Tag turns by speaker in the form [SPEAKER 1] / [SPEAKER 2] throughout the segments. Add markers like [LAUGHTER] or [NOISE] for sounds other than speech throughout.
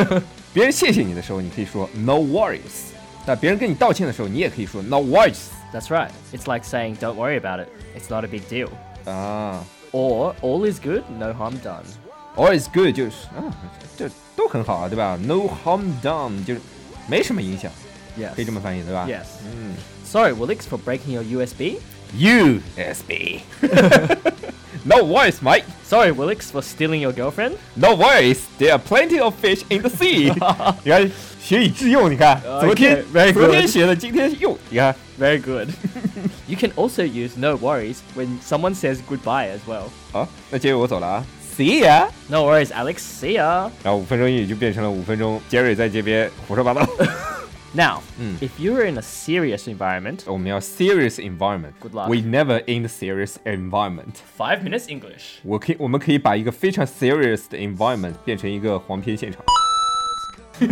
[SPEAKER 1] [LAUGHS] 别人谢谢你的时候，你可以说 No worries。那别人跟你道歉的时候，你也可以说 No worries。
[SPEAKER 2] That's right. It's like saying, don't worry about it. It's not a big deal.
[SPEAKER 1] 啊
[SPEAKER 2] Or, all is good, no harm done.
[SPEAKER 1] ，All is good，就是啊，这都很好啊，对吧？No harm done，就是没什么影响，
[SPEAKER 2] Yes.
[SPEAKER 1] 可以这么翻译，对吧
[SPEAKER 2] Yes. Sorry, Willix, for breaking your USB.
[SPEAKER 1] USB。No worries, mate.
[SPEAKER 2] Sorry, Willix, for stealing your girlfriend.
[SPEAKER 1] No worries. There are plenty of fish in
[SPEAKER 2] [LAUGHS]
[SPEAKER 1] the sea. [LAUGHS] 你看，学以致用，你看，昨天
[SPEAKER 2] very
[SPEAKER 1] 昨天
[SPEAKER 2] good
[SPEAKER 1] 学的，今天用，你看。
[SPEAKER 2] Very good. you can also use no worries when someone says goodbye as well.
[SPEAKER 1] 好，那结尾我走了啊，See ya。
[SPEAKER 2] No worries, Alex. See ya.
[SPEAKER 1] 然后五分钟英语就变成了五分钟，杰瑞在这边胡说
[SPEAKER 2] [LAUGHS]
[SPEAKER 1] 八道。
[SPEAKER 2] Now,
[SPEAKER 1] Mm.
[SPEAKER 2] if you're in a serious environment,
[SPEAKER 1] 我们要 serious environment。
[SPEAKER 2] Good luck
[SPEAKER 1] We never in the serious environment。
[SPEAKER 2] five minutes English.
[SPEAKER 1] 我可以，我们可以把一个非常 serious 的 environment 变成一个黄片现场。 [LAUGHS]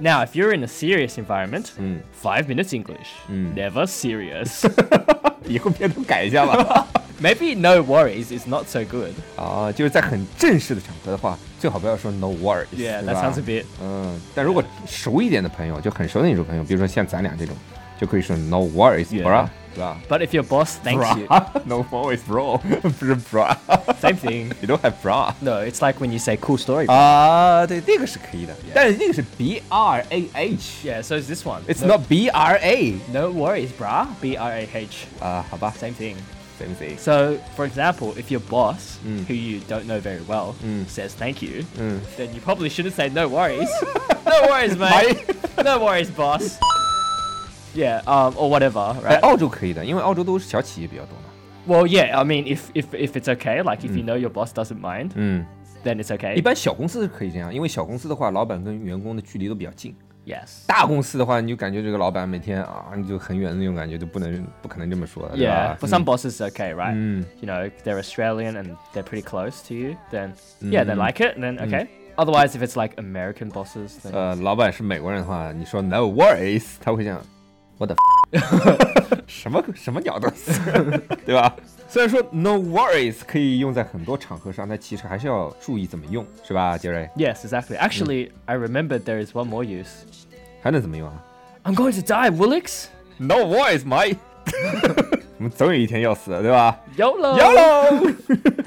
[SPEAKER 2] Now, if you're in a serious environment,
[SPEAKER 1] Mm.
[SPEAKER 2] five minutes English.
[SPEAKER 1] Mm.
[SPEAKER 2] Never
[SPEAKER 1] [LAUGHS]
[SPEAKER 2] serious.
[SPEAKER 1] 以后片头改一下
[SPEAKER 2] [LAUGHS]
[SPEAKER 1] 吧。
[SPEAKER 2] Maybe no worries is not so good.
[SPEAKER 1] 啊，就是在很正式的场合的话，最好不要说 no worries。
[SPEAKER 2] Yeah, that
[SPEAKER 1] 对吧
[SPEAKER 2] sounds a bit.
[SPEAKER 1] 嗯，但如果熟一点的朋友，就很熟的那种朋友，比如说像咱俩这种，就可以说 no worries
[SPEAKER 2] Yeah
[SPEAKER 1] bro，对吧
[SPEAKER 2] But if your boss thanks you,
[SPEAKER 1] [LAUGHS] ？No worries bro，不是 bra，
[SPEAKER 2] same thing.
[SPEAKER 1] you don't have bra。
[SPEAKER 2] No, it's like when you say cool story.
[SPEAKER 1] Uh, 啊，对，那个是可以的，但是那个是 B R A H。
[SPEAKER 2] yeah, so is this one.
[SPEAKER 1] It's
[SPEAKER 2] no,
[SPEAKER 1] not B R A
[SPEAKER 2] No worries, brah. B R A H.
[SPEAKER 1] 啊，好吧
[SPEAKER 2] Same thing.
[SPEAKER 1] ，same thing。
[SPEAKER 2] So, for example, if your boss,
[SPEAKER 1] Hmm.
[SPEAKER 2] who you don't know very well, says thank you, then you probably shouldn't say no worries. no
[SPEAKER 1] [LAUGHS]
[SPEAKER 2] worries, mate. no worries, boss. Yeah, um, or whatever,
[SPEAKER 1] 哎，
[SPEAKER 2] right?
[SPEAKER 1] 澳洲可以的，因为澳洲都是小企业比较多嘛。
[SPEAKER 2] Well, yeah. I mean, if if if it's okay, like if you know your boss doesn't mind,
[SPEAKER 1] 嗯，
[SPEAKER 2] then it's okay.
[SPEAKER 1] 一般小公司可以这样，因为小公司的话，老板跟员工的距离都比较近。 [LAUGHS]
[SPEAKER 2] Yes.
[SPEAKER 1] 大公司的话，你就感觉这个老板每天啊，你就很远的那种感觉，就不能不可能这么说了，对
[SPEAKER 2] Yeah.
[SPEAKER 1] 吧？
[SPEAKER 2] For some bosses, it's okay, right?
[SPEAKER 1] 嗯
[SPEAKER 2] You know, if they're Australian and they're pretty close to you, then yeah, they like it, and then okay. Otherwise, if it's like American bosses, then
[SPEAKER 1] 呃，老板是美国人的话，你说 No worries，他会讲我的 [LAUGHS] 什么什么鸟东西， [LAUGHS] 对吧？虽然说 No worries 可以用在很多场合上，但其实还是要注意怎么用，是吧，杰瑞？
[SPEAKER 2] yes, exactly. Actually, I remembered there is one more use.
[SPEAKER 1] 还能怎么用啊
[SPEAKER 2] I'm going to die, Willix.
[SPEAKER 1] ？No worries, my，我们总有一天要死的，对吧？
[SPEAKER 2] YOLO.
[SPEAKER 1] YOLO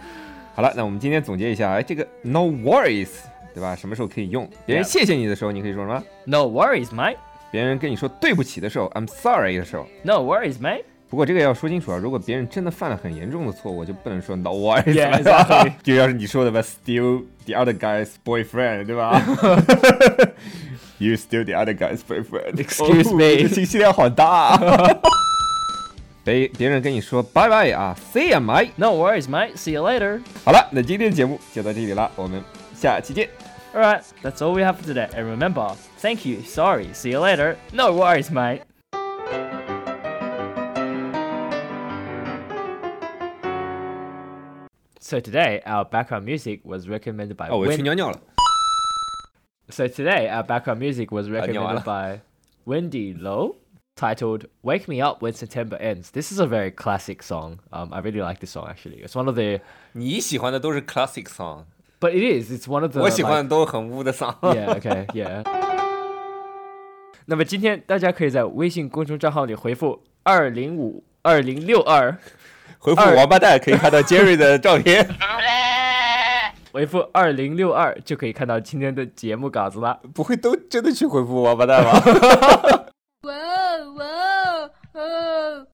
[SPEAKER 1] [LAUGHS] 好了，那我们今天总结一下，哎，这个 No worries，对吧？什么时候可以用？别人
[SPEAKER 2] Yeah
[SPEAKER 1] 谢谢你的时候，你可以说什么？
[SPEAKER 2] No worries, mate.
[SPEAKER 1] 别人跟你说对不起的时候，I'm sorry 的时候。
[SPEAKER 2] No worries, mate.
[SPEAKER 1] 不过这个要说清楚啊，如果别人真的犯了很严重的错误，就不能说 No worries，
[SPEAKER 2] Yeah，
[SPEAKER 1] 对吧
[SPEAKER 2] exactly
[SPEAKER 1] [LAUGHS] 就要是你说的吧，Steal the other guy's boyfriend，对吧 [LAUGHS] ？You steal the other guy's boyfriend。
[SPEAKER 2] Excuse me
[SPEAKER 1] [LAUGHS] 这信息量好大、啊。 [LAUGHS] 别别人跟你说拜拜啊，See you, mate。
[SPEAKER 2] No worries, mate. See you later.
[SPEAKER 1] 好了，那今天的节目就到这里了，我们下期见。
[SPEAKER 2] All right, that's all we have for today. And remember, thank you, sorry, see you later. No worries, mate. So today our background music was recommended by
[SPEAKER 1] 哦，我去
[SPEAKER 2] Win-
[SPEAKER 1] 尿尿了。
[SPEAKER 2] So today our background music was recommended
[SPEAKER 1] Anyola.
[SPEAKER 2] by Wendy Lowe, titled "Wake Me Up When September Ends." This is a very classic song. Um, I really like this song actually. It's one of the,
[SPEAKER 1] 你喜欢的都是 classic song，
[SPEAKER 2] but it is. It's one of the.
[SPEAKER 1] 我喜
[SPEAKER 2] like-
[SPEAKER 1] 欢的都是很污的 song。
[SPEAKER 2] yeah, okay, yeah. 那么今天大家可以在微信公众账号里回复二零五二零六二，
[SPEAKER 1] 回复
[SPEAKER 2] 二
[SPEAKER 1] 王八蛋可以看到 Jerry 的照片。
[SPEAKER 2] 回复二零六二就可以看到今天的节目稿子啦。
[SPEAKER 1] 不会都真的去回复王八蛋吧？
[SPEAKER 3] Whoa, whoa, oh. whoa.
[SPEAKER 4] [LAUGHS]